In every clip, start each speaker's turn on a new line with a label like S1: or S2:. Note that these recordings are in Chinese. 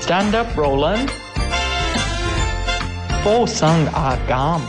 S1: Stand up, Roland. Vô sung a gam.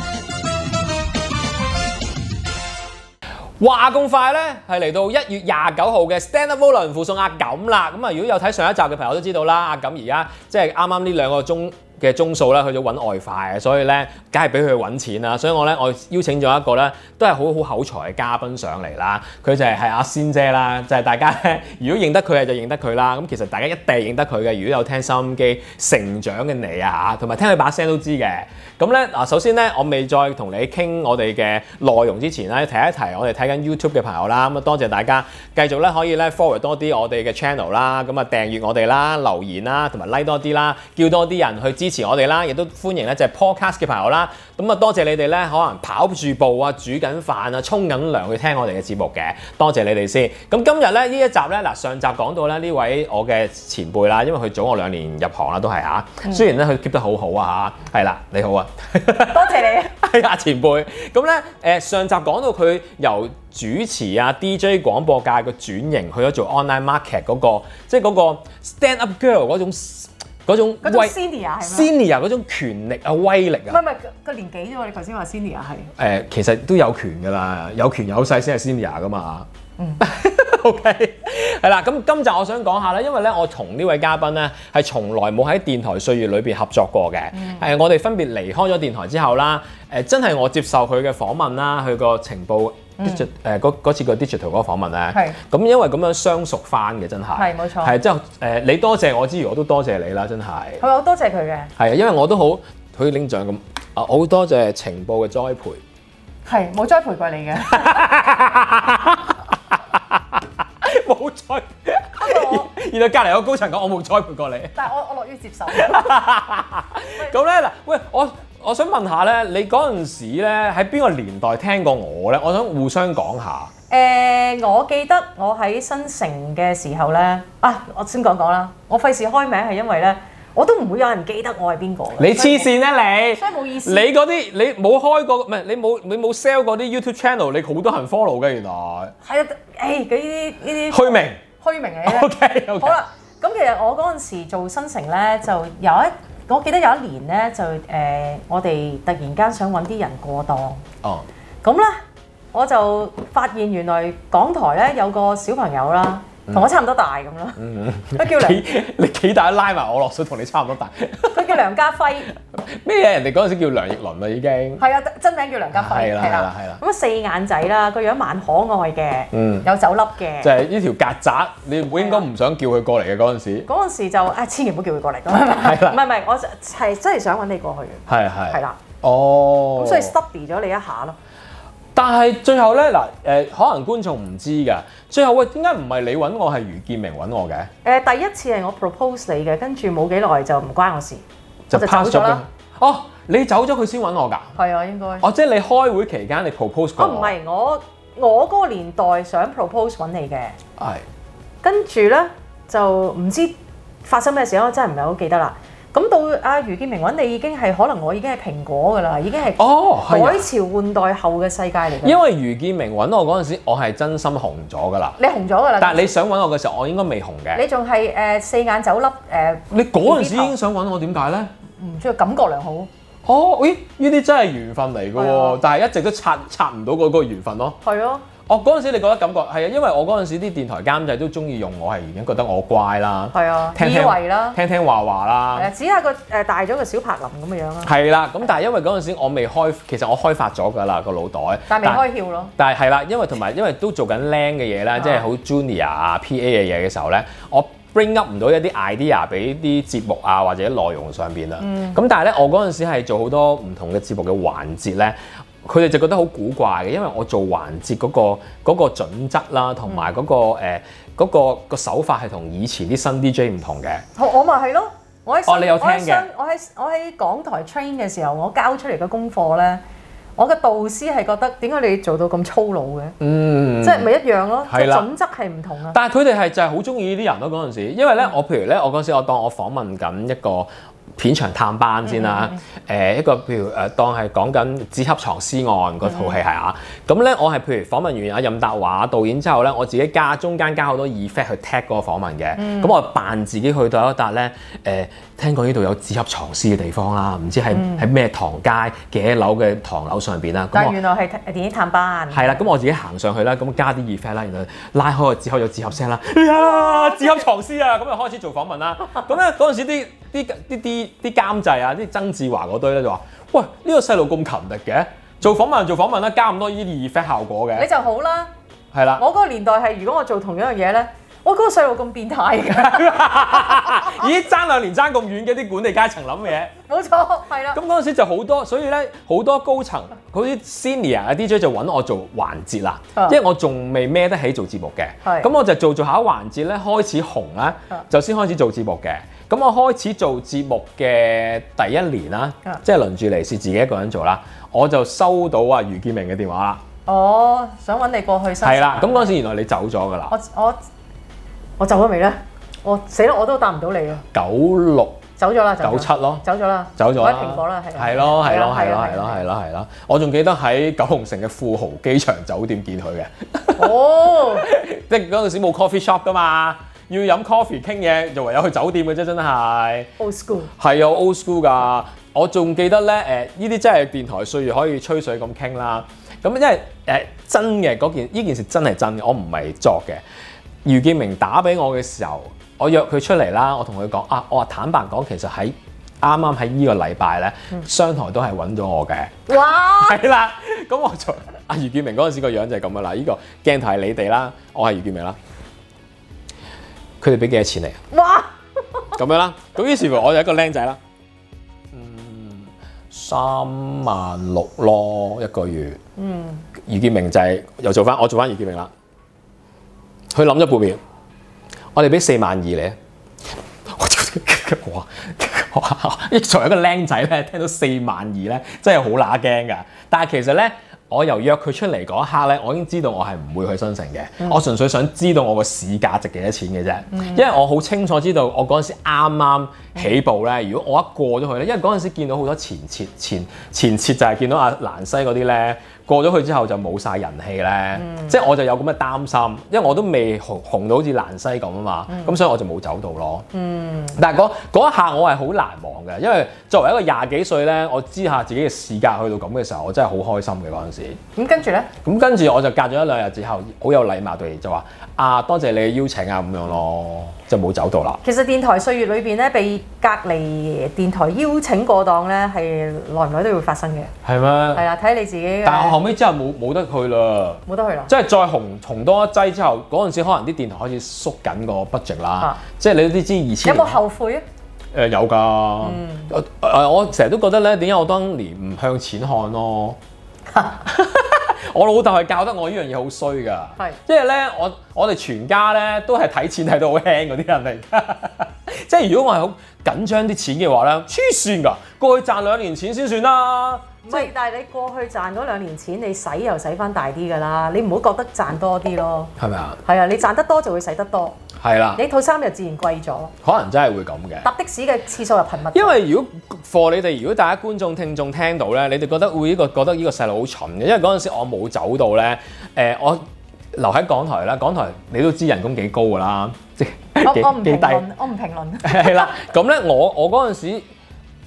S2: 話咁快呢，係嚟到一月廿九號嘅 Stand Up Volun 附送阿錦啦。咁啊，如果有睇上一集嘅朋友都知道啦，阿錦而家即係啱啱呢兩個鐘嘅鐘數咧，去咗揾外快嘅，所以呢，梗係俾佢揾錢啦。所以我呢，我邀請咗一個呢，都係好好口才嘅嘉賓上嚟啦。佢就係係阿仙姐啦，就係、大家呢，如果認得佢嘅就認得佢啦。咁其實大家一定認得佢嘅，如果有聽收音機成長嘅你啊，同埋聽佢把聲都知嘅。咁咧嗱，首先咧，我未再同你傾我哋嘅內容之前咧，提一提我哋睇緊 YouTube 嘅朋友啦。咁啊，多謝大家繼續咧可以咧 forward 多啲我哋嘅 channel 啦，咁啊訂閱我哋啦、留言啦，同埋 like 多啲啦，叫多啲人去支持我哋啦，亦都歡迎咧就係 podcast 嘅朋友啦。咁啊，多謝你哋咧，可能跑住步啊、煮緊飯啊、沖緊涼去聽我哋嘅節目嘅，多謝你哋先。咁今日咧呢一集咧嗱，上集講到咧呢位我嘅前輩啦，因為佢早我兩年入行啦，都係嚇。雖然咧佢 keep 得好好啊嚇，係啦，你好啊。
S3: 多謝你。
S2: 係啊，前輩。咁咧，誒上集講到佢由主持啊 DJ 廣播界嘅轉型，去咗做 online market 嗰、個，即係嗰個 stand up girl 嗰種嗰種
S3: 嗰種 senior 係啊咩
S2: senior 嗰種權力啊威力
S3: 唔
S2: 啊。
S3: 係唔係個年紀啫喎，你頭先話 senior 係。
S2: 誒、其實都有權㗎啦，有權有勢先係 senior 噶嘛。OK，係啦，咁今集我想講下咧，因為咧我同呢位嘉賓咧係從來冇喺電台歲月裏邊合作過嘅。誒、
S3: 嗯
S2: 我哋分別離開咗電台之後啦，誒、真係我接受佢嘅訪問啦，佢個情報 digital 誒嗰嗰次個 digital 嗰個訪問
S3: 嗯係
S2: 咧，咁因為咁樣相熟翻嘅真係，
S3: 係冇錯
S2: 係即係誒你多謝我之餘，我都多謝你啦，真係。
S3: 佢話好多謝佢嘅，
S2: 係啊，因為我都好，佢領獎咁，啊好多謝情報嘅栽培。
S3: 係冇栽培過 你嘅。
S2: 冇栽，
S3: 啊 我
S2: 然後隔離有個高層講我冇栽培過你。
S3: 但係我我樂於接受。
S2: 咁咧嗱，喂我。我想問下咧，你嗰陣時咧喺邊個年代聽過我咧？我想互相講下。
S3: 誒、我記得我喺新城嘅時候咧，啊，我先講講啦。我費事開名係因為咧，我都唔會有人記得我係邊個嘅。
S2: 你黐線啦你！
S3: 所以冇意思
S2: 你嗰啲你冇開過，唔係你冇你冇 sell 嗰啲 YouTube channel，你好多人 follow 嘅原來。
S3: 係啊，誒嗰啲呢啲
S2: 虛名。
S3: 虛名嚟嘅啫。
S2: OK OK。
S3: 好啦，咁其實我嗰陣時做新城咧，就有一我記得有一年咧，就誒、我哋突然間想揾啲人過檔。
S2: 哦。
S3: 咁咧，我就發現原來港台咧有個小朋友啦，
S2: 嗯
S3: 同我差唔多大咁啦， 佢叫 梁
S2: 幾你幾大都拉埋我落水，同你差唔多大。
S3: 佢叫梁家輝，
S2: 咩嘢？人哋嗰陣時叫梁奕倫啦已經。
S3: 係啊，真名叫梁家輝，
S2: 係啦係啦係啦
S3: 咁啊四眼仔啦，個樣蠻可愛嘅，
S2: 嗯
S3: 有酒粒嘅
S2: 就。係呢條曱甴，你唔會應該唔想叫佢過嚟嘅嗰陣時。
S3: 嗰陣時就啊，千祈唔好叫佢過嚟咁 樣，
S2: 係啦
S3: 唔係唔係，我係真係想揾你過去嘅，
S2: 係係
S3: 係。啦，
S2: 哦，
S3: 咁所以 study 咗你一下咯。
S2: 但係最後咧嗱，誒、可能觀眾唔知㗎，最後喂點解唔係你揾我，係余建明揾我嘅？
S3: 誒第一次係我 propose 你嘅，跟住冇幾耐就唔關我事，我就走
S2: pass
S3: 咗
S2: 佢
S3: 啦。。
S2: 哦，你走咗佢先揾我㗎？
S3: 係啊，應該。
S2: 哦，即係你開會期間你 propose 過我
S3: 我哦唔，係我我嗰個年代想 propose 揾你嘅，
S2: 係
S3: 跟住咧就唔知發生咩事我真係唔係好記得啦。咁到阿余建明揾你已經係可能我已經係蘋果噶啦，已經係
S2: 哦，係啊
S3: 改朝換代後嘅世界嚟嘅。
S2: 因為余建明揾我嗰陣時，我係真心紅咗㗎啦。
S3: 你紅咗噶啦，
S2: 但係你想揾我嘅時候，我應該未紅嘅。
S3: 你仲係誒四眼酒粒誒，呃
S2: 你嗰陣時已經想揾我，點解咧？
S3: 唔知感覺良好。
S2: 哦，咦，呢啲真係緣分嚟㗎
S3: 係
S2: 喎
S3: 啊，
S2: 但係一直都拆拆唔到嗰個緣分咯。
S3: 係咯，
S2: 我哦嗰陣時，你覺得感覺係啊，因為我嗰陣時啲電台監製都中意用我係原因，覺得我乖啦，
S3: 係啊
S2: 聽聽
S3: 以為啦
S2: 聽聽話話啦，
S3: 誒只係個誒大咗個小柏林咁嘅樣啦，
S2: 係啦。咁但係因為嗰陣時我未開，其實我開發咗㗎啦個腦袋，
S3: 但係未開竅咯。
S2: 但係係啦，因為同埋因為都做緊靚嘅嘢啦，即係好 junior 啊 PA 嘅嘢嘅時候咧，我 bring up 唔到一啲 idea 俾啲節目啊或者內容上邊啦。咁、但係咧，我嗰陣時係做好多唔同嘅節目嘅環節咧。佢哋就覺得好古怪嘅，因為我做環節嗰、個嗰、個準則啦，同埋嗰個誒嗰、個個手法係同以前啲新 DJ 唔同嘅。
S3: 我我咪係咯，我喺
S2: 哦你有
S3: 我喺
S2: 聽嘅
S3: 新我喺我喺港台 train 嘅時候，我交出嚟嘅功課咧，我嘅導師係覺得點解你做到咁粗魯嘅？
S2: 嗯
S3: 即，係咪一樣咯？即
S2: 係
S3: 係
S2: 啦
S3: 準則係唔同啊！嗯
S2: 但係佢哋係就係好中意呢啲人咯嗰陣時，因為咧我譬如咧我嗰陣時我當我訪問緊一個誒、片場探班先啦。
S3: 嗯
S2: 誒、一個譬如誒、當係講緊《紙盒藏屍案》嗰套戲係
S3: 嗯
S2: 啊。咁咧，我係譬如訪問完阿任達華導演之後咧，我自己加中間加好多 effect 去 tag 嗰個訪問嘅。咁、
S3: 嗯
S2: 我扮自己去到一笪咧誒，聽講呢度有紙盒藏屍嘅地方啦，唔知係喺咩唐街幾樓嘅唐樓上邊啦。咁
S3: 嗯但係
S2: 我
S3: 原來係睇電影探班。
S2: 係啦，咁我自己行上去啦，咁加啲 effect 啦，然後拉開個紙盒有紙盒聲啦，哎呀，紙盒藏屍啊，咁就開始做訪問啦。咁咧嗰陣時啲啲啲啲啲監製啊，啲曾志華嗰堆咧就話：，喂，呢、個細路咁勤力嘅，做訪問就做訪問啦，加咁多呢啲 effect 效果
S3: 你
S2: 嘅，
S3: 就好啦。
S2: 係啦。
S3: 我嗰個年代係，如果我做同樣嘅嘢咧，我嗰個細路咁變態 㗎，
S2: 啊咦，爭兩年爭咁遠嘅啲管理階層諗嘅嘢。
S3: 冇錯，係啦。
S2: 咁嗰陣時就好多，所以咧好多高層，好似 senior 啊 DJ 就揾我做環節啦
S3: 啊，
S2: 因為我仲未孭得起做節目嘅
S3: 係，
S2: 咁我就做做下環節咧開始紅啦
S3: 啊，
S2: 就先開始做節目嘅。咁我開始做節目嘅第一年啦
S3: 啊，
S2: 即係輪住嚟是自己一個人做啦，我就收到啊余建明嘅電話啦，
S3: 我哦想揾你過去新。
S2: 係啦，咁嗰陣時原來你走咗噶啦，
S3: 我我我走咗未咧？我死啦！我都答唔到你啊！
S2: 九六
S3: 走咗啦，走咗
S2: 九七咯。
S3: 走咗啦，
S2: 走咗
S3: 我喺
S2: 啦，
S3: 蘋果啦，係啊
S2: 係咯，係咯，
S3: 啊
S2: 係咯，
S3: 啊
S2: 係咯，
S3: 啊
S2: 係咯，係咯，我仲記得喺九龍城嘅富豪機場酒店見佢嘅。
S3: 哦，
S2: 即係嗰陣時冇 coffee shop 噶嘛，要飲 coffee 傾嘢，就唯有去酒店嘅啫，真係
S3: old school，
S2: 係有 old school 㗎。我仲記得咧，誒呢啲真係電台歲月可以吹水咁傾啦。咁因為誒、真嘅嗰件呢件事真係真嘅，我唔係作嘅。余建明打俾我嘅時候，我約佢出嚟啦，我同佢講啊，我話坦白講，其實喺啱啱喺呢個禮拜咧，商台都係揾咗我嘅。
S3: 哇！
S2: 係啦，咁我就阿余建明嗰陣時個樣就係咁噶啦，呢、個鏡頭係你哋啦，我係余建明啦。佢哋俾幾多錢你啊？
S3: 哇！
S2: 咁樣啦，咁於是乎我就一個僆仔啦，嗯，三萬六咯一個月。嗯，余建明就係、又做翻，我做翻余建明啦。佢諗咗半秒，我哋俾四萬二你啊。我哇！作為一個僆仔咧，聽到四萬二咧，真係好乸驚㗎。但係其實咧，我由約佢出嚟嗰一刻咧，我已經知道我係唔會去新城嘅。我純粹想知道我個市價值幾多錢嘅啫，因為我好清楚知道我嗰陣時啱啱起步咧。如果我一過咗去咧，因為嗰陣時見到好多前設前前設就係見到阿蘭西嗰啲咧。過咗去之後就冇晒人氣咧，即係我就有咁嘅擔心，因為我都未紅紅到好似蘭西咁啊嘛，咁、所以我就冇走到咯。但係嗰嗰一下我係好難忘嘅，因為作為一個廿幾歲咧，我知下自己嘅市價去到咁嘅時候，我真係好開心嘅嗰陣時。
S3: 咁跟住咧，
S2: 咁跟住我就隔咗一兩日之後，好有禮貌地就話：啊，多謝你嘅邀請啊，咁樣咯，就冇走到啦。
S3: 其實電台歲月裏邊咧，被隔離電台邀請過檔咧，係耐唔耐都會發生嘅。
S2: 係咩
S3: 係？啊啦，睇你自己嘅。
S2: 嗯但係我後尾真係冇冇得去啦。
S3: 冇得去啦。
S2: 即係再紅紅多一劑之後，嗰陣時可能啲電台開始縮緊個 budget 啦，
S3: 啊
S2: 即係你都知二
S3: 有
S2: 千
S3: 冇後悔啊？
S2: 誒、呃有㗎，誒、
S3: 嗯
S2: 誒我成日都覺得咧，點解我當年唔向錢看 咯？我老豆係教得我呢樣嘢好衰㗎
S3: 係，
S2: 因為咧我我哋全家咧都係睇錢睇到好輕嗰啲人嚟㗎， 即係如果我係好緊張啲錢嘅話咧，黐線㗎，過去賺兩年錢先算啦。
S3: 唔係，但係你過去賺嗰兩年錢，你使又使翻大啲㗎啦。你唔好覺得賺多啲咯。
S2: 係咪啊？
S3: 係啊，你賺得多就會使得多，
S2: 係啦，
S3: 你套衫就自然貴咗，
S2: 可能真係會咁嘅。
S3: 搭的士嘅次數又頻密。
S2: 因為如果 for 你哋，如果大家觀眾聽眾聽到咧，你哋覺得會呢、個覺得呢個細路好蠢嘅，因為嗰陣時我冇走到咧，誒、我留喺港台啦，港台你都知人工幾高噶啦，即係
S3: 我
S2: 幾
S3: 我唔
S2: 幾
S3: 評
S2: 低
S3: 論，我唔評論。
S2: 係啦。咁咧我我嗰陣時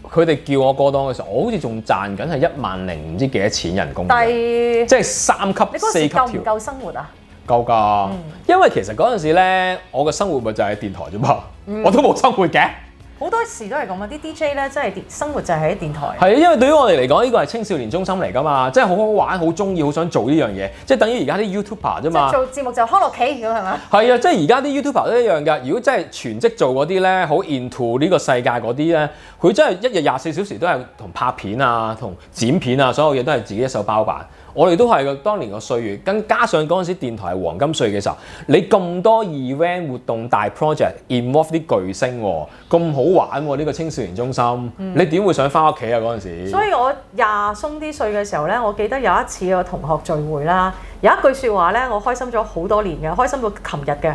S2: 佢哋叫我過檔嘅時候，我好似仲賺緊係一萬零唔知幾多錢人工嘅，
S3: 但係
S2: 即係三級
S3: 你嗰
S2: 四
S3: 時
S2: 級條
S3: 夠嗯唔夠生活啊？
S2: 夠㗎，因為其實嗰陣時咧，我嘅生活咪就係電台啫嘛，
S3: 嗯
S2: 我都冇生活嘅。
S3: 好多時都係咁啊！啲 DJ 咧，真係電生活就係喺電台。
S2: 係，啊因為對於我哋嚟講，呢個係青少年中心嚟㗎嘛，即係好好玩，好中意，好想做呢樣嘢，即係等於而家啲 YouTuber 啫
S3: 即係
S2: 嘛。
S3: 做節目就開落企咁係嘛？
S2: 係啊，即係而家啲 YouTuber 都一樣㗎。如果真係全職做嗰啲咧，好 into 呢個世界嗰啲咧，佢真係一日廿四小時都係同拍片啊、同剪片啊，所有嘢都係自己一手包辦。我哋都係嘅，當年個歲月，跟加上嗰陣時電台係黃金歲嘅時候，你咁多 event 活動、大 project involve 啲巨星喎、咁好玩喎、呢、個青少年中心，
S3: 嗯
S2: 你點會想翻屋企啊嗰陣時？
S3: 所以我廿鬆啲歲嘅時候咧，我記得有一次個同學聚會啦，有一句説話咧，我開心咗好多年嘅，開心到琴日嘅。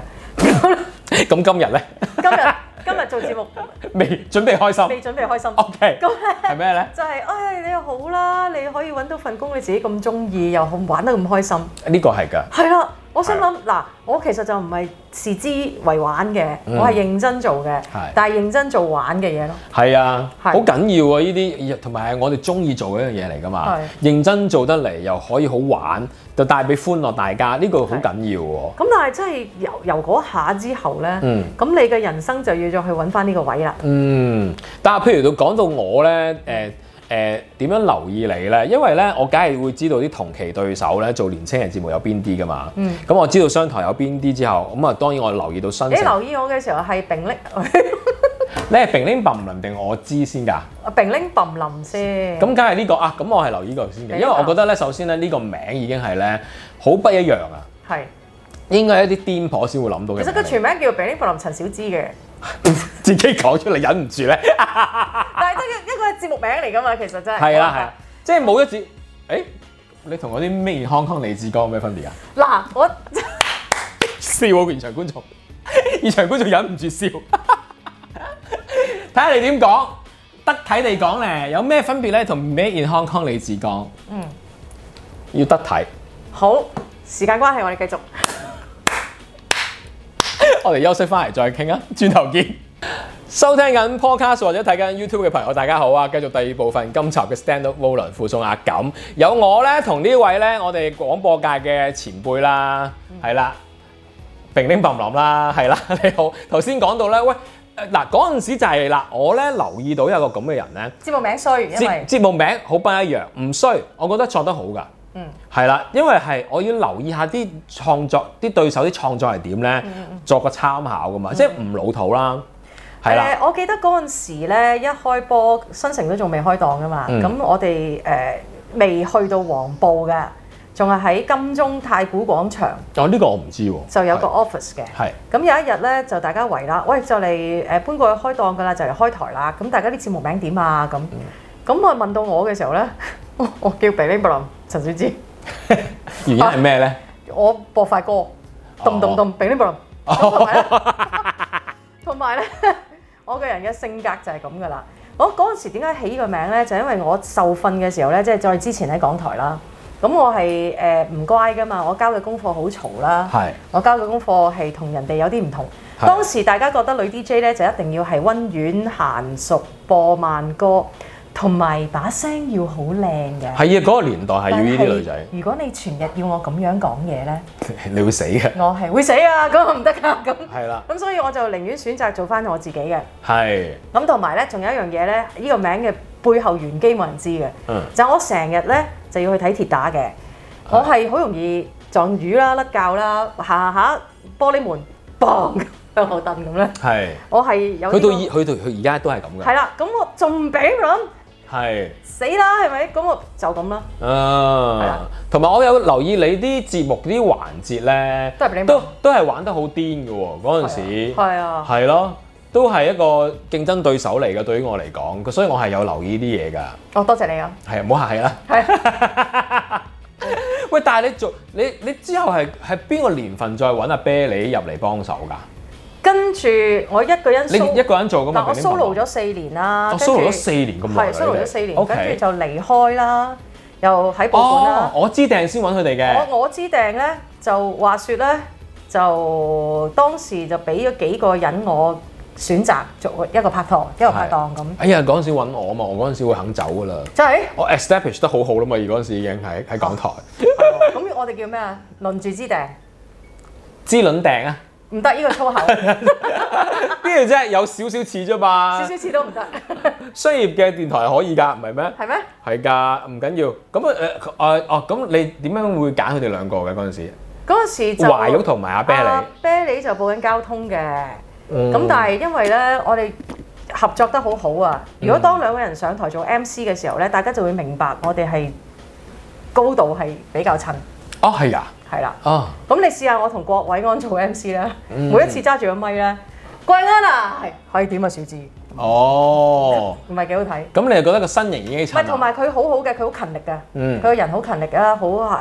S2: 咁今日咧？
S3: 今日今日日做節目
S2: 未準備開心
S3: 未準備開心。
S2: ，OK
S3: 咁咧。
S2: 係咩咧？
S3: 就係、唉，你又好啦，你可以揾到份工你自己咁中意，又好玩得咁開心。
S2: 呢個係㗎，
S3: 係啦，我心諗嗱，我其實就唔係視之為玩嘅，
S2: 嗯
S3: 我係認真做嘅
S2: 係，
S3: 但係認真做玩嘅嘢咯。
S2: 係啊，
S3: 係
S2: 好緊要啊！呢啲同埋係我哋中意做嘅一樣嘢嚟㗎嘛
S3: 係，
S2: 認真做得嚟又可以好玩，就帶俾歡樂大家，呢個好緊要喎。
S3: 咁但係真係由由嗰下之後咧，咁、
S2: 嗯
S3: 你嘅人生就要再去揾翻呢個位啦。
S2: 嗯，但係譬如到講到我咧，誒誒點樣留意你咧？因為咧，我梗係會知道啲同期對手咧做年青人節目有邊啲噶嘛。
S3: 嗯
S2: 咁我知道商台有邊啲之後，咁啊當然我留意到新
S3: 你
S2: 城。
S3: 留意我嘅時候係並拎
S2: 你係平拎冧冧定我知先㗎？
S3: 並拎冧冧
S2: 咁
S3: 先。
S2: 梗係呢個啊！咁我係留意呢個先嘅，
S3: 明白
S2: 因為我覺得咧，首先咧呢個名已經係咧好不一樣啊！
S3: 係，
S2: 應該係一啲癲婆先會諗到嘅名
S3: 其
S2: 嚟。
S3: 實個全名叫並拎冧冧陳小芝嘅，
S2: 自己講出嚟忍唔住咧，
S3: 但係都一一個係節目名嚟㗎嘛，其實真係。
S2: 啊
S3: 啊
S2: 係啦係啦，即係冇一字，誒、你同嗰啲咩康康李志剛有咩分別啊？
S3: 係 啦。嗱，我。
S2: 笑喎現場觀眾， 現場觀眾忍唔住笑。 睇下你點講，得體地講咧，有咩分別咧？同咩 in Hong Kong 李志剛，
S3: 嗯，
S2: 要得體。
S3: 好，時間關係，我哋繼續。
S2: 我哋休息翻嚟再傾啊，轉頭見。收聽緊 podcast 或者睇緊 YouTube 嘅朋友，大家好啊！繼續第二部分今集嘅 Stand Up Roland 附送壓感，有我咧同呢位咧我哋廣播界嘅前輩啦，係啦、平拎冧冧啦，係啦， 你好。頭先講到咧，喂，誒嗱嗰陣時就係、啦，我咧留意到有個咁嘅人咧。
S3: 節目名衰，因
S2: 節
S3: 為
S2: 節目名好不一樣，唔衰，我覺得作得好㗎。
S3: 嗯，
S2: 係啦，因為係我要留意下啲創作、啲對手啲創作係點咧，
S3: 嗯
S2: 作個參考㗎嘛，即係唔老土啦，係啦，
S3: 呃誒我記得嗰陣時咧，一開波新城都仲未開檔噶嘛，
S2: 嗯
S3: 咁、我哋誒、呃未去到黃埔嘅，仲係喺金鐘太古廣場
S2: 哦呢個我唔知喎，
S3: 呃就有個 office 嘅。
S2: 係
S3: 咁有一日咧，就大家圍啦，喂，就嚟誒搬過去開檔噶啦，就嚟開台啦。咁大家啲節目名點啊？咁咁我問到我嘅時候咧，我 我叫比利布林陳小芝，
S2: 原因係咩咧？
S3: 我播快歌，咚咚咚，比利布林。同埋咧 同埋咧， 我個人嘅性格就係咁噶啦。我嗰陣時點解起個名咧，就因為我受訓嘅時候咧，即係再之前喺港台啦。咁我係誒唔乖噶嘛，我交嘅功課好嘈啦。
S2: 係
S3: 我交嘅功課係同人哋有啲唔同。
S2: 係
S3: 當時大家覺得女 DJ 咧就一定要係温婉嫻熟、播慢歌，同埋把聲要好靚嘅。
S2: 係啊，嗰個年代係要呢啲女仔，
S3: 但係如果你全日要我咁樣講嘢咧，
S2: 你會死 嘅，
S3: 我係會死啊！咁我唔得㗎咁。
S2: 係啦，
S3: 咁所以我就寧願選擇做翻我自己嘅。
S2: 係，
S3: 咁同埋咧，仲有一樣嘢咧，呢、個名嘅背後玄機冇人知嘅，
S2: 嗯
S3: 就我成日咧就要去睇鐵打嘅，我係好容易撞魚啦、甩教啦、下下玻璃門砰 向後蹬咁咧，
S2: 係，
S3: 我係有呢
S2: 佢到
S3: 個
S2: 而佢到佢而家都係咁嘅，
S3: 係啦，咁我仲唔俾諗
S2: 係。
S3: 死啦，係咪？咁我就咁啦，
S2: 啊
S3: 啊，
S2: 同埋我有留意你啲節目啲環節咧，
S3: 都係俾你
S2: 都
S3: 問
S2: 都係玩得好癲嘅喎，嗰陣時
S3: 係啊，
S2: 係咯，都係一個競爭對手嚟嘅，對於我嚟講，所以我係有留意啲嘢㗎，
S3: 哦多謝你啊，
S2: 係唔好客氣啦。
S3: 係
S2: 喂，但係你做你你之後係係邊個年份再揾阿啤梨入嚟幫手㗎？
S3: 跟住我一個人
S2: 你
S3: solo-
S2: 一個人做㗎嘛？
S3: 嗱我
S2: 平平凡
S3: solo
S2: 凡
S3: 咗四年啦，
S2: 我
S3: 跟住
S2: solo 咗四年咁耐㗎
S3: 係
S2: 你哋
S3: solo 咗四年，
S2: OK
S3: 跟住就離開啦，又喺報館
S2: 哦
S3: 啦，。
S2: 我知訂先揾佢哋嘅，
S3: 我我知訂咧，就話説咧，就當時就俾咗幾個人我選擇做一個拍拖，一個拍檔咁，
S2: 哎呀，嗰陣時揾我啊嘛，我嗰陣時會肯走㗎啦。
S3: 真係
S2: 我 establish 得好好啦嘛，而嗰陣時已經
S3: 哦
S2: 喺喺港台。
S3: 咁我哋叫咩啊？輪住知訂，
S2: 知輪訂 啊！
S3: 唔得呢個粗口，
S2: 邊度啫？有少少似啫嘛
S3: 少。少次都唔得，
S2: 商業嘅電台可以㗎，唔係咩？
S3: 係咩？
S2: 係㗎，唔緊要。咁啊誒啊哦，咁你點樣會揀佢哋兩個嘅嗰陣時？
S3: 嗰陣時就
S2: 華玉同埋阿啤
S3: 啊
S2: 梨。
S3: 啤梨就報緊交通嘅。
S2: 嗯
S3: 咁但係因為咧，我哋合作得好好啊！如果當兩個人上台做 MC 嘅時候咧，大家就會明白我哋係高度係比較襯，
S2: 哦係啊，
S3: 係啦。
S2: 啊
S3: 咁你試下我同郭偉安做 MC 啦，
S2: 嗯
S3: 每一次揸住個咪咧，郭偉安啊，係係點啊，小智唔
S2: 哦，
S3: 係幾好睇。
S2: 咁你就覺得個身形已經
S3: 唔係，
S2: 襯啦。
S3: 同埋佢好好嘅，佢好勤力嘅，
S2: 嗯
S3: 佢個人好勤呃力啦，啊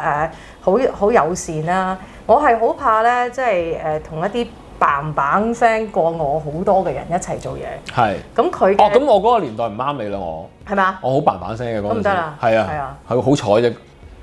S3: 呃好誒，好好友善啦。我係好怕咧，即係誒同一啲砰砰聲過我好多嘅人一齊做嘢。
S2: 係。
S3: 咁佢
S2: 哦，咁
S3: 嘅
S2: 我嗰個年代唔啱你啦，我
S3: 係咪啊？
S2: 我好扮扮聲嘅嗰陣時
S3: 咁唔得啦
S2: 係
S3: 係
S2: 啊
S3: 啊，
S2: 係好彩啫，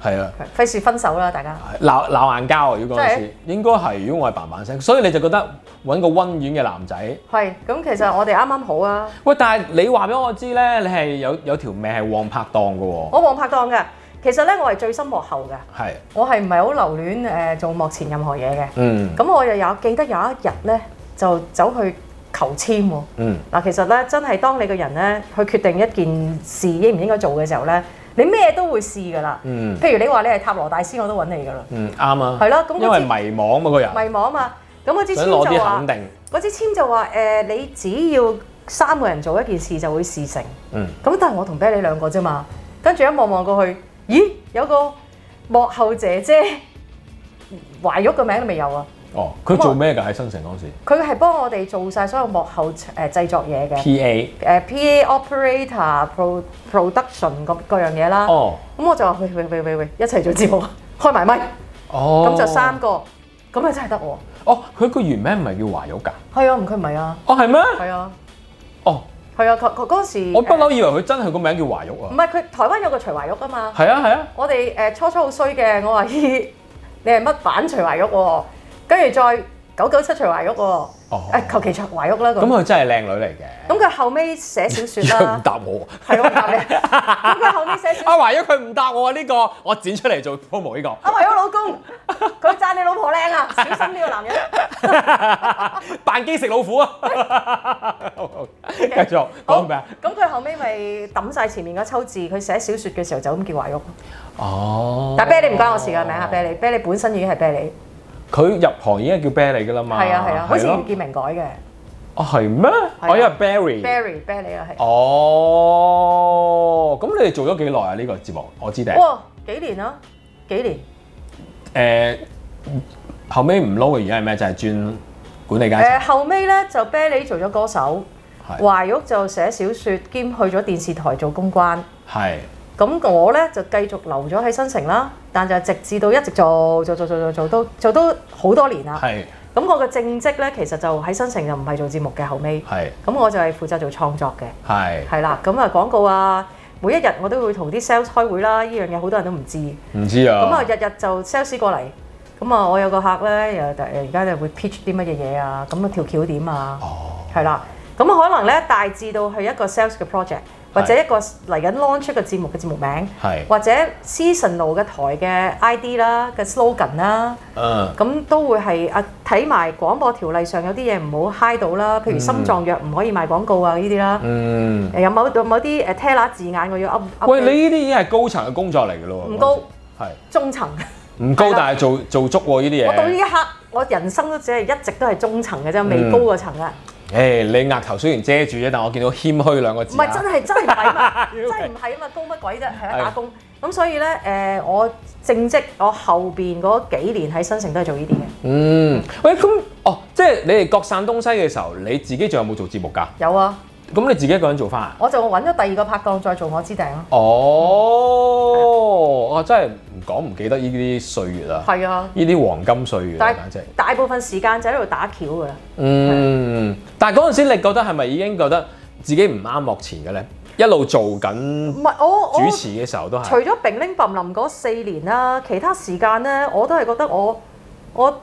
S2: 係啊，
S3: 費事分手啦，大家。
S2: 鬧鬧硬交啊！如果嗰陣
S3: 真
S2: 時應該係，如果我係扮扮聲，所以你就覺得揾個温婉嘅男仔。
S3: 係，咁其實我哋啱啱好啊。
S2: 喂，但係你話俾我知咧，你係有有條命係旺拍檔嘅喎，
S3: 我黃拍檔嘅，其實咧我係最深幕後嘅，
S2: 係，
S3: 我係唔係好留戀誒、呃做幕前任何嘢嘅。
S2: 嗯
S3: 咁我又有記得有一日咧，就走去求簽喎。
S2: 嗯，
S3: 嗱，其實咧，真係當你個人咧去決定一件事應唔應該做嘅時候咧，你咩都會試㗎啦。
S2: 嗯
S3: 譬如你話你係塔羅大師，我都揾你㗎啦。
S2: 嗯，啱啊，
S3: 係啦咁嗰支
S2: 因為迷茫嘛個人，
S3: 迷茫嘛，咁嗰支
S2: 想
S3: 簽
S2: 攞
S3: 就
S2: 啲
S3: 話
S2: 肯，定，
S3: 嗰支簽就話誒、呃你只要三個人做一件事就會事成。
S2: 嗯，
S3: 咁但係我同啤你兩個啫嘛，跟住一望望過去，咦，有個幕後姐姐懷玉個名都未有啊！
S2: 哦，佢做咩㗎喺新城嗰陣時
S3: 佢係幫我哋做晒所有幕後誒製作嘢嘅，
S2: ？P.A.
S3: 誒 PA operator pro production 咁各樣嘢啦。咁、
S2: 哦，
S3: 我就話喂喂喂喂喂，一齊做節目啊， 開埋咪，
S2: 哦，
S3: 咁、就三個，咁啊真係得喎。
S2: 哦，佢個原名唔係叫華玉㗎，
S3: 係啊，唔佢唔係啊，
S2: 哦係咩？
S3: 係啊，
S2: 哦，
S3: 係啊，佢佢嗰陣時
S2: 我不
S3: 呃
S2: 嬲以為佢真係個名叫華玉
S3: 唔
S2: 啊，
S3: 係佢台灣有個徐懷玉啊嘛。
S2: 係啊係啊，
S3: 我哋誒、呃初初好衰嘅，我話 咦，你係乜版徐懷玉喎、跟住再九九七徐懷玉喎、
S2: 哦
S3: 誒求其徐懷玉啦
S2: 咁
S3: 咁。
S2: 佢真係靚女嚟嘅，
S3: 咁佢後尾寫小 説
S2: 佢
S3: 嗯啦
S2: 唔，答我。
S3: 係我 答你。咁佢後尾寫小説，
S2: 阿華一佢唔答我啊呢個，我剪出嚟做 promo 呢個。
S3: 阿懷玉老公，佢讚你老婆靚啊，小心呢個男人。
S2: 扮雞食老虎啊！ 繼續
S3: 好，
S2: 講咩啊？
S3: 咁佢後尾咪抌晒前面嗰抽字，佢寫小説嘅時候就咁叫懷玉。
S2: 哦
S3: 但啤梨唔關我事㗎，名啊啤梨，啤梨本身已經係啤梨，
S2: 佢入行已經係叫 Barry 噶啦嘛。
S3: 係啊係啊，好似
S2: 係咯
S3: 袁建明改嘅
S2: 哦係咩？
S3: 啊
S2: 我因為 Barry。
S3: Berry 啤梨
S2: Oh。
S3: 啊係。
S2: 哦，咁你哋做咗幾耐啊？呢個節目我知定。
S3: 哇，幾年啊？幾年？
S2: 誒後尾唔撈嘅原因係咩？就係轉管理階
S3: 誒
S2: 層。
S3: 後尾咧就啤梨做咗歌手，
S2: 係
S3: 華玉就寫小説兼去咗電視台做公關。
S2: 係
S3: 咁我咧就繼續留咗喺新城啦，但就直至到一直做做做做做做都做都好多年啦。
S2: 係
S3: 咁我嘅正職咧其實就喺新城就唔係做節目嘅後尾，
S2: 係
S3: 咁我就係負責做創作嘅，
S2: 係
S3: 係啦。咁啊廣告啊，每一日我都會同啲 sales 開會啦，呢樣嘢好多人都唔知。
S2: 唔知
S3: 咁
S2: 啊。
S3: 啊，日日就 sales 過嚟，咁啊，我有個客咧，又誒而家就會 pitch 啲乜嘢嘢啊，咁啊條橋點啊，係啦、咁可能咧大致到係一個 sales 嘅 project，或者一個嚟緊 launch 一個節目嘅節目名，
S2: 係
S3: 或者 seasonal 嘅台嘅 ID 啦、嘅 slogan 啦，
S2: 嗯
S3: 咁都會係啊睇埋廣播條例上有啲嘢唔好 high 到啦，譬如心臟藥唔可以賣廣告啊呢啲啦，
S2: 嗯。
S3: 誒有某有某啲誒 teller 字眼我要 up up
S2: 喂，你呢啲已經係高層嘅工作嚟嘅咯喎。
S3: 唔高
S2: 係。
S3: 中層。
S2: 唔高，
S3: 係啦
S2: 但係做做足喎呢啲嘢。
S3: 我到呢一刻，我人生都只係一直都係中層嘅啫，未高嗰層啊。
S2: 誒、你額頭雖然遮住啫，但我見到謙虛兩個
S3: 唔
S2: 字啊。
S3: 係真係真係唔係 嘛，真係唔係啊嘛，高乜鬼啫？係啊，
S2: 係
S3: 打工。咁所以咧，誒、我正職我後邊嗰幾年喺新城都係做呢啲嘅，
S2: 嗯，喂，咁哦，即係你哋各散東西嘅時候，你自己仲有冇做節目㗎？
S3: 有啊，
S2: 咁你自己一個人做翻啊？
S3: 我就揾咗第二個拍檔再做我之頂咯。
S2: 哦，我、真係唔講唔記得呢啲歲月啊，
S3: 係啊，
S2: 呢啲黃金歲月啊，
S3: 但
S2: 簡
S3: 係
S2: 直。
S3: 大部分時間就喺度打橋㗎啦。
S2: 嗯，但係嗰陣時你覺得係咪已經覺得自己唔啱幕前嘅咧？一路做緊
S3: 唔係我我
S2: 主持嘅時候都
S3: 除
S2: 係，
S3: 咗並拎冧冧嗰四年啦，其他時間咧我都係覺得我我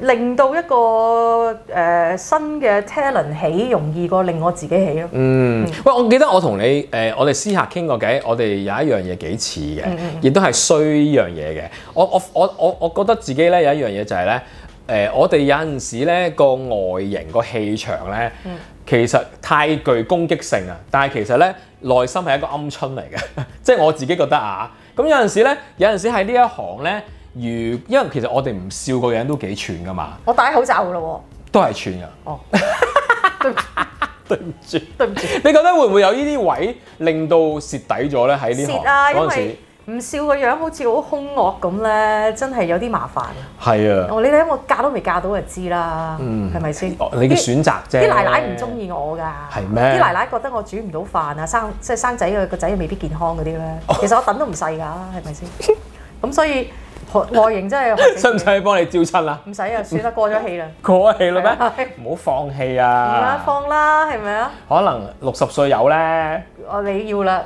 S3: 令到一個誒、呃新嘅 talent 起容易過令我自己起咯。
S2: 嗯，喂，我記得我同你誒、呃我哋私下傾過偈，我哋有一樣嘢幾似
S3: 嗯
S2: 嘅，亦都係衰呢樣嘢嘅。我我我我我覺得自己咧有一樣嘢就係咧，誒、我哋有陣時咧個外形個氣場咧，
S3: 嗯
S2: 其實太具攻擊性啊，但係其實咧內心係一個鵪鶉嚟嘅， 即係我自己覺得啊。咁有陣時咧，有陣時喺呢一行咧，如因為其實我哋唔笑個樣都幾串噶嘛，
S3: 我戴口罩噶咯
S2: 都係串噶。
S3: 喎。哦，對唔
S2: 對唔住。
S3: 對唔住，
S2: 你覺得會唔會有呢啲位令到蝕底咗咧？喺呢行
S3: 蝕啊，因
S2: 嗰陣時
S3: 為唔笑個樣好似好兇惡咁咧，真係有啲麻煩。哦
S2: 係啊，
S3: 我你睇我嫁都未嫁到就知啦，係咪先？
S2: 哦你嘅選擇啫。
S3: 啲啲奶奶唔中。意我㗎，
S2: 係咩
S3: 啲奶奶覺得我煮唔到飯啊，生即係生仔嘅個仔又未必健康嗰啲咧。其實我等都唔細㗎，係咪先？咁所以學外形真係學
S2: 使
S3: 死
S2: 唔
S3: 自己
S2: 使幫你招親啦？
S3: 唔使啊，算啦，過咗氣啦，
S2: 過氣啦
S3: 係
S2: 咩？唔好放棄
S3: 唔啦
S2: 啊！
S3: 放啦，係咪啊？
S2: 可能六十歲有 咧，
S3: 我你要啦，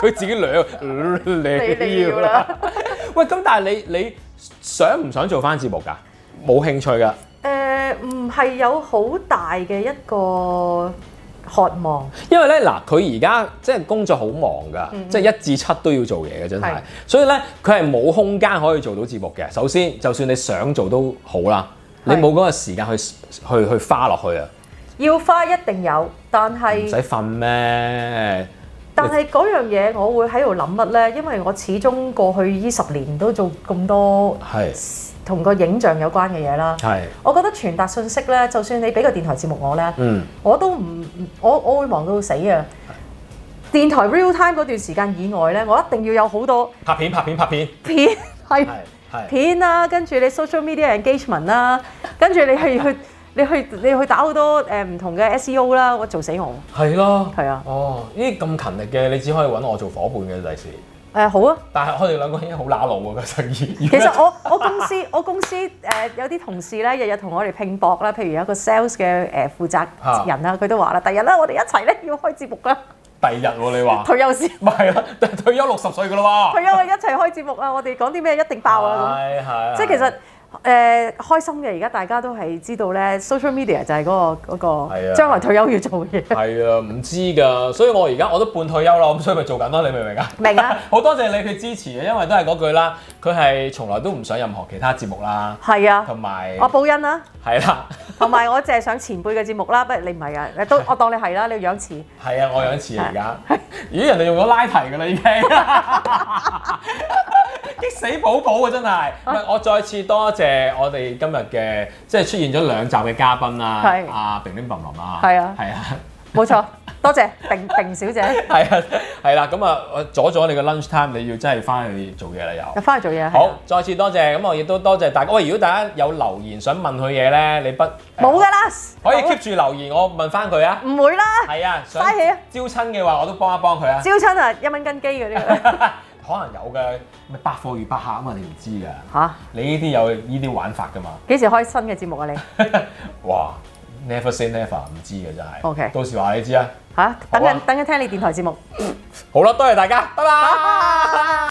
S2: 佢自己兩
S3: 你要啦。
S2: 喂，咁但係你你想唔想做翻節目㗎？冇興趣㗎，
S3: 誒唔係有好大嘅一個渴望，
S2: 因為咧嗱，佢而家即係工作好忙㗎，
S3: 嗯
S2: 即係一至七都要做嘢嘅，真係
S3: 係。
S2: 所以咧，佢係冇空間可以做到節目嘅。首先，就算你想做都好啦，你
S3: 係
S2: 冇嗰個時間去去去花落去啊，
S3: 要花一定有，但
S2: 唔
S3: 係
S2: 使瞓咩？
S3: 但係嗰樣嘢，我會喺度諗乜呢？因為我始終過去呢十年都做咁多
S2: 係
S3: 同個影像有關嘅嘢啦。
S2: 係，
S3: 我覺得傳達信息呢，就算你俾個電台節目我呢，
S2: 嗯。
S3: 我都唔我我會忙到死啊！電台 real time 嗰段時間以外呢，我一定要有好多
S2: 拍片拍片拍片，
S3: 片係
S2: 係係
S3: 片啦，跟住你 social media engagement 啦，跟住你係去 你去你去打好多誒唔同嘅 SEO 啦，我做死我
S2: 係咯，
S3: 係啊
S2: 哦，呢啲咁勤力嘅，你只可以揾我做伙伴嘅第時。
S3: 誒、好啊！
S2: 但係我哋兩個已經好乸路喎，其實已
S3: 其實我我公司我公司誒、有啲同事咧，日日同我哋拼搏啦。譬如有個 sales 嘅誒負責人啦，佢都話啦，第日咧我哋一齊咧要開節目啦，
S2: 第日喎，你話
S3: 退休先，
S2: 咪係啦，但係退休六十歲㗎啦喎，
S3: 退休啦一齊開節目啊！我哋講啲咩一定爆啊！
S2: 係係，
S3: 咁即係其實。誒、開心嘅，而家大家都係知道咧，social media 就係嗰、個嗰、
S2: 係啊
S3: 個將來退休要做嘅 嘢，
S2: 係啊，唔知㗎，所以我而家我都半退休啦，咁所以咪做緊咯，你明唔明啊？
S3: 明啊？
S2: 好多謝你嘅支持嘅，啊因為都係嗰句啦，佢係從來都唔上任何其他節目啦，
S3: 係啊，
S2: 同埋
S3: 我報恩啦，
S2: 係啦，
S3: 同埋我淨係上前輩嘅節目啦，不你唔係 啊，都我當你係啦，你要養慈。
S2: 係啊，我有一次而家， 咦人哋用咗拉提㗎啦已經， 激死寶寶啊真係！唔係我再次多謝我哋今日嘅即係出現咗兩集嘅嘉賓啦
S3: 係，
S2: 阿冰冰冧冧啊，
S3: 係啊
S2: 係啊。
S3: 冇錯， 多謝定定小姐，
S2: 係啊，係啦，咁啊，我阻咗你個 lunch time，你要真係翻去做嘢啦又。
S3: 又翻去做嘢啊。係啊
S2: 好，再次多謝，咁我亦都多謝大家。喂，如果大家有留言想問佢嘢咧，你不呃
S3: 冇噶啦，
S2: 可以 keep 住留言，我問翻佢啊。
S3: 唔會啦，
S2: 係啊，想
S3: 嘥氣啊
S2: 招親嘅話，我都幫一幫佢啊。
S3: 招親啊，一蚊斤機嗰啲
S2: 可能有嘅，咪百貨如百客啊嘛，你唔知㗎。
S3: 嚇，
S2: 你呢啲有呢啲玩法㗎嘛？
S3: 幾時開新嘅節目啊你？
S2: 哇！Never say never，唔知嘅真係。
S3: OK
S2: 到時話你知啊。
S3: 嚇，等
S2: 好啊
S3: 緊等緊聽你電台節目。
S2: 好啦，多謝大家，拜拜。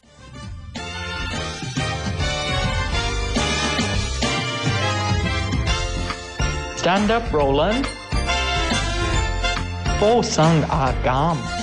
S1: Stand up, Roland. Fo sung agam.